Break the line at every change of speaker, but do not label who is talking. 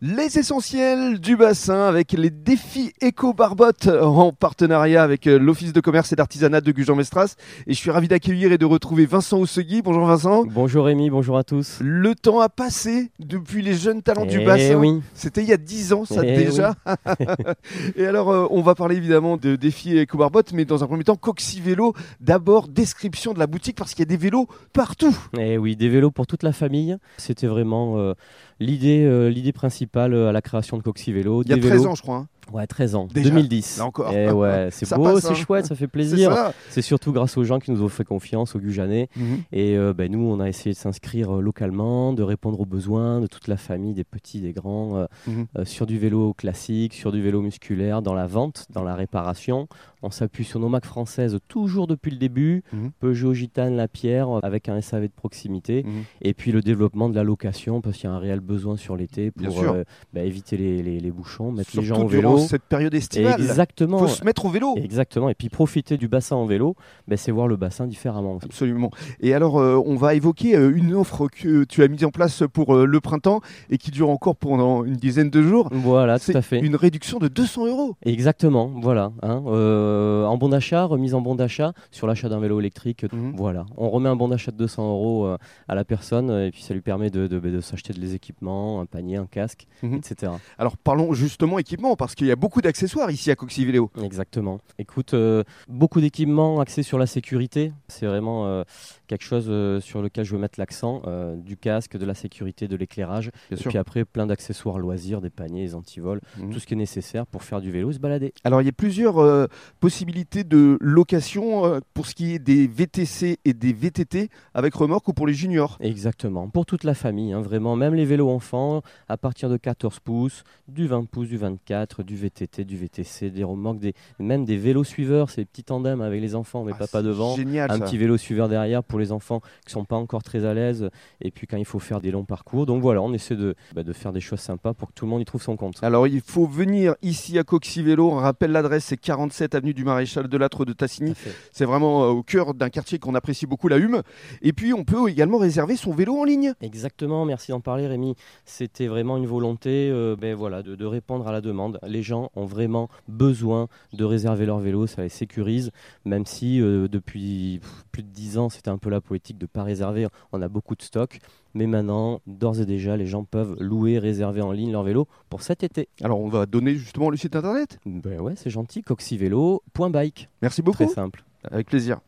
Les essentiels du bassin avec les défis éco-barbotte en partenariat avec euh, l'Office de commerce et d'artisanat de Gujan-Mestras. Et je suis ravi d'accueillir et de retrouver Vincent Oussegui. Bonjour Vincent.
Bonjour Rémi, bonjour à tous.
Le temps a passé depuis les jeunes talents du
Eh
bassin.
oui,
C'était il y a 10 ans, ça
Eh
déjà. et alors, euh, on va parler évidemment de défis éco-barbotte, mais dans un premier temps, Coxy Vélo. D'abord, description de la boutique parce qu'il y a des vélos partout.
eh oui, des vélos pour toute la famille. C'était vraiment euh, l'idée, euh, l'idée principale à la création de Coxy Vélo.
Il y a
des
13
vélos.
ans, je crois. hein.
Ouais, 13 ans.
Déjà,
2010.
là encore.
Eh ouais, c'est
Ça
beau,
passe, hein.
c'est chouette, ça fait
C'est
plaisir.
ça.
C'est surtout grâce aux gens qui nous ont fait confiance, aux Gujanais. Et euh, ben, nous, on a essayé de s'inscrire euh, localement, de répondre aux besoins de toute la famille, des petits, des grands, euh,
Mhm.
euh, sur du vélo classique, sur du vélo musculaire, dans la vente, dans la réparation. On s'appuie sur nos marques françaises toujours depuis le début,
Mhm.
Peugeot, Gitane, La Pierre, euh, avec un SAV de proximité.
Mhm.
Et puis le développement de la location, parce qu'il y a un réel besoin sur l'été
Bien
pour
sûr.
euh, ben, éviter les, les- les bouchons, mettre
Surtout
les gens au
durant
vélo.
cette période estivale.
Exactement.
faut se mettre au vélo.
Exactement. Et puis profiter du bassin en vélo, ben, c'est voir le bassin différemment. aussi.
Absolument. Et alors, euh, on va évoquer euh, une offre que tu as mise en place pour euh, le printemps et qui dure encore pendant une dizaine de jours.
Voilà, tout
C'est
à fait.
une réduction de 200 euros.
Exactement, voilà. hein, euh, en bon d'achat, remise en bon d'achat sur l'achat d'un vélo électrique.
Mhm.
Voilà, on remet un bon d'achat de 200 euros euh, à la personne euh, et puis ça lui permet de, de- de s'acheter des équipements, un panier, un casque,
Mhm.
etc.
Alors, parlons justement équipement, parce qu'il y a beaucoup d'accessoires ici à Coxy-Véléo.
Exactement. Écoute, euh, beaucoup d'équipements axés sur la sécurité. C'est vraiment euh, quelque chose euh, sur lequel je veux mettre l'accent. euh, du casque, de la sécurité, de l'éclairage.
Bien
Et puis après, plein d'accessoires loisirs, des paniers, des antivols,
Mhm.
tout ce qui est nécessaire pour faire du vélo et se balader.
Alors, il y a plusieurs euh, possibilités de location euh, pour ce qui est des VTC et des VTT avec remorque ou pour les juniors.
Exactement, pour toute la famille, hein, vraiment, même les vélos enfants, à partir de 14 pouces, du 20 pouces, du 24, du VTT, du VTC, des remorques, des, même des vélos suiveurs, ces petits tandems avec les enfants, mais
Ah,
papa
c'est
devant,
Génial.
un
ça.
petit vélo suiveur derrière pour les enfants qui sont pas encore très à l'aise, et puis quand il faut faire des longs parcours. Donc voilà, on essaie de, bah, de faire des choses sympas pour que tout le monde y trouve son compte.
Alors, il faut venir ici à Coxy-Vélo. On rappelle l'adresse, c'est 47 avenue du Maréchal de Lattre de Tassigny. C'est vraiment euh, au cœur d'un quartier qu'on apprécie beaucoup, la Hume. Et puis, on peut également réserver son vélo en ligne.
Exactement, merci d'en parler Rémi. C'était vraiment une volonté euh, ben voilà, de, de répondre à la demande. Les gens ont vraiment besoin de réserver leur vélo, ça les sécurise, même si euh, depuis pff, plus de 10 ans c'était un peu la politique de ne pas réserver, on a beaucoup de stock. Mais maintenant, d'ores et déjà, les gens peuvent louer, réserver en ligne leur vélo pour cet été.
Alors, on va donner justement le site internet.
Ben ouais, c'est gentil, coxyvélo.bike,
Merci
très
beaucoup.
simple.
Avec plaisir.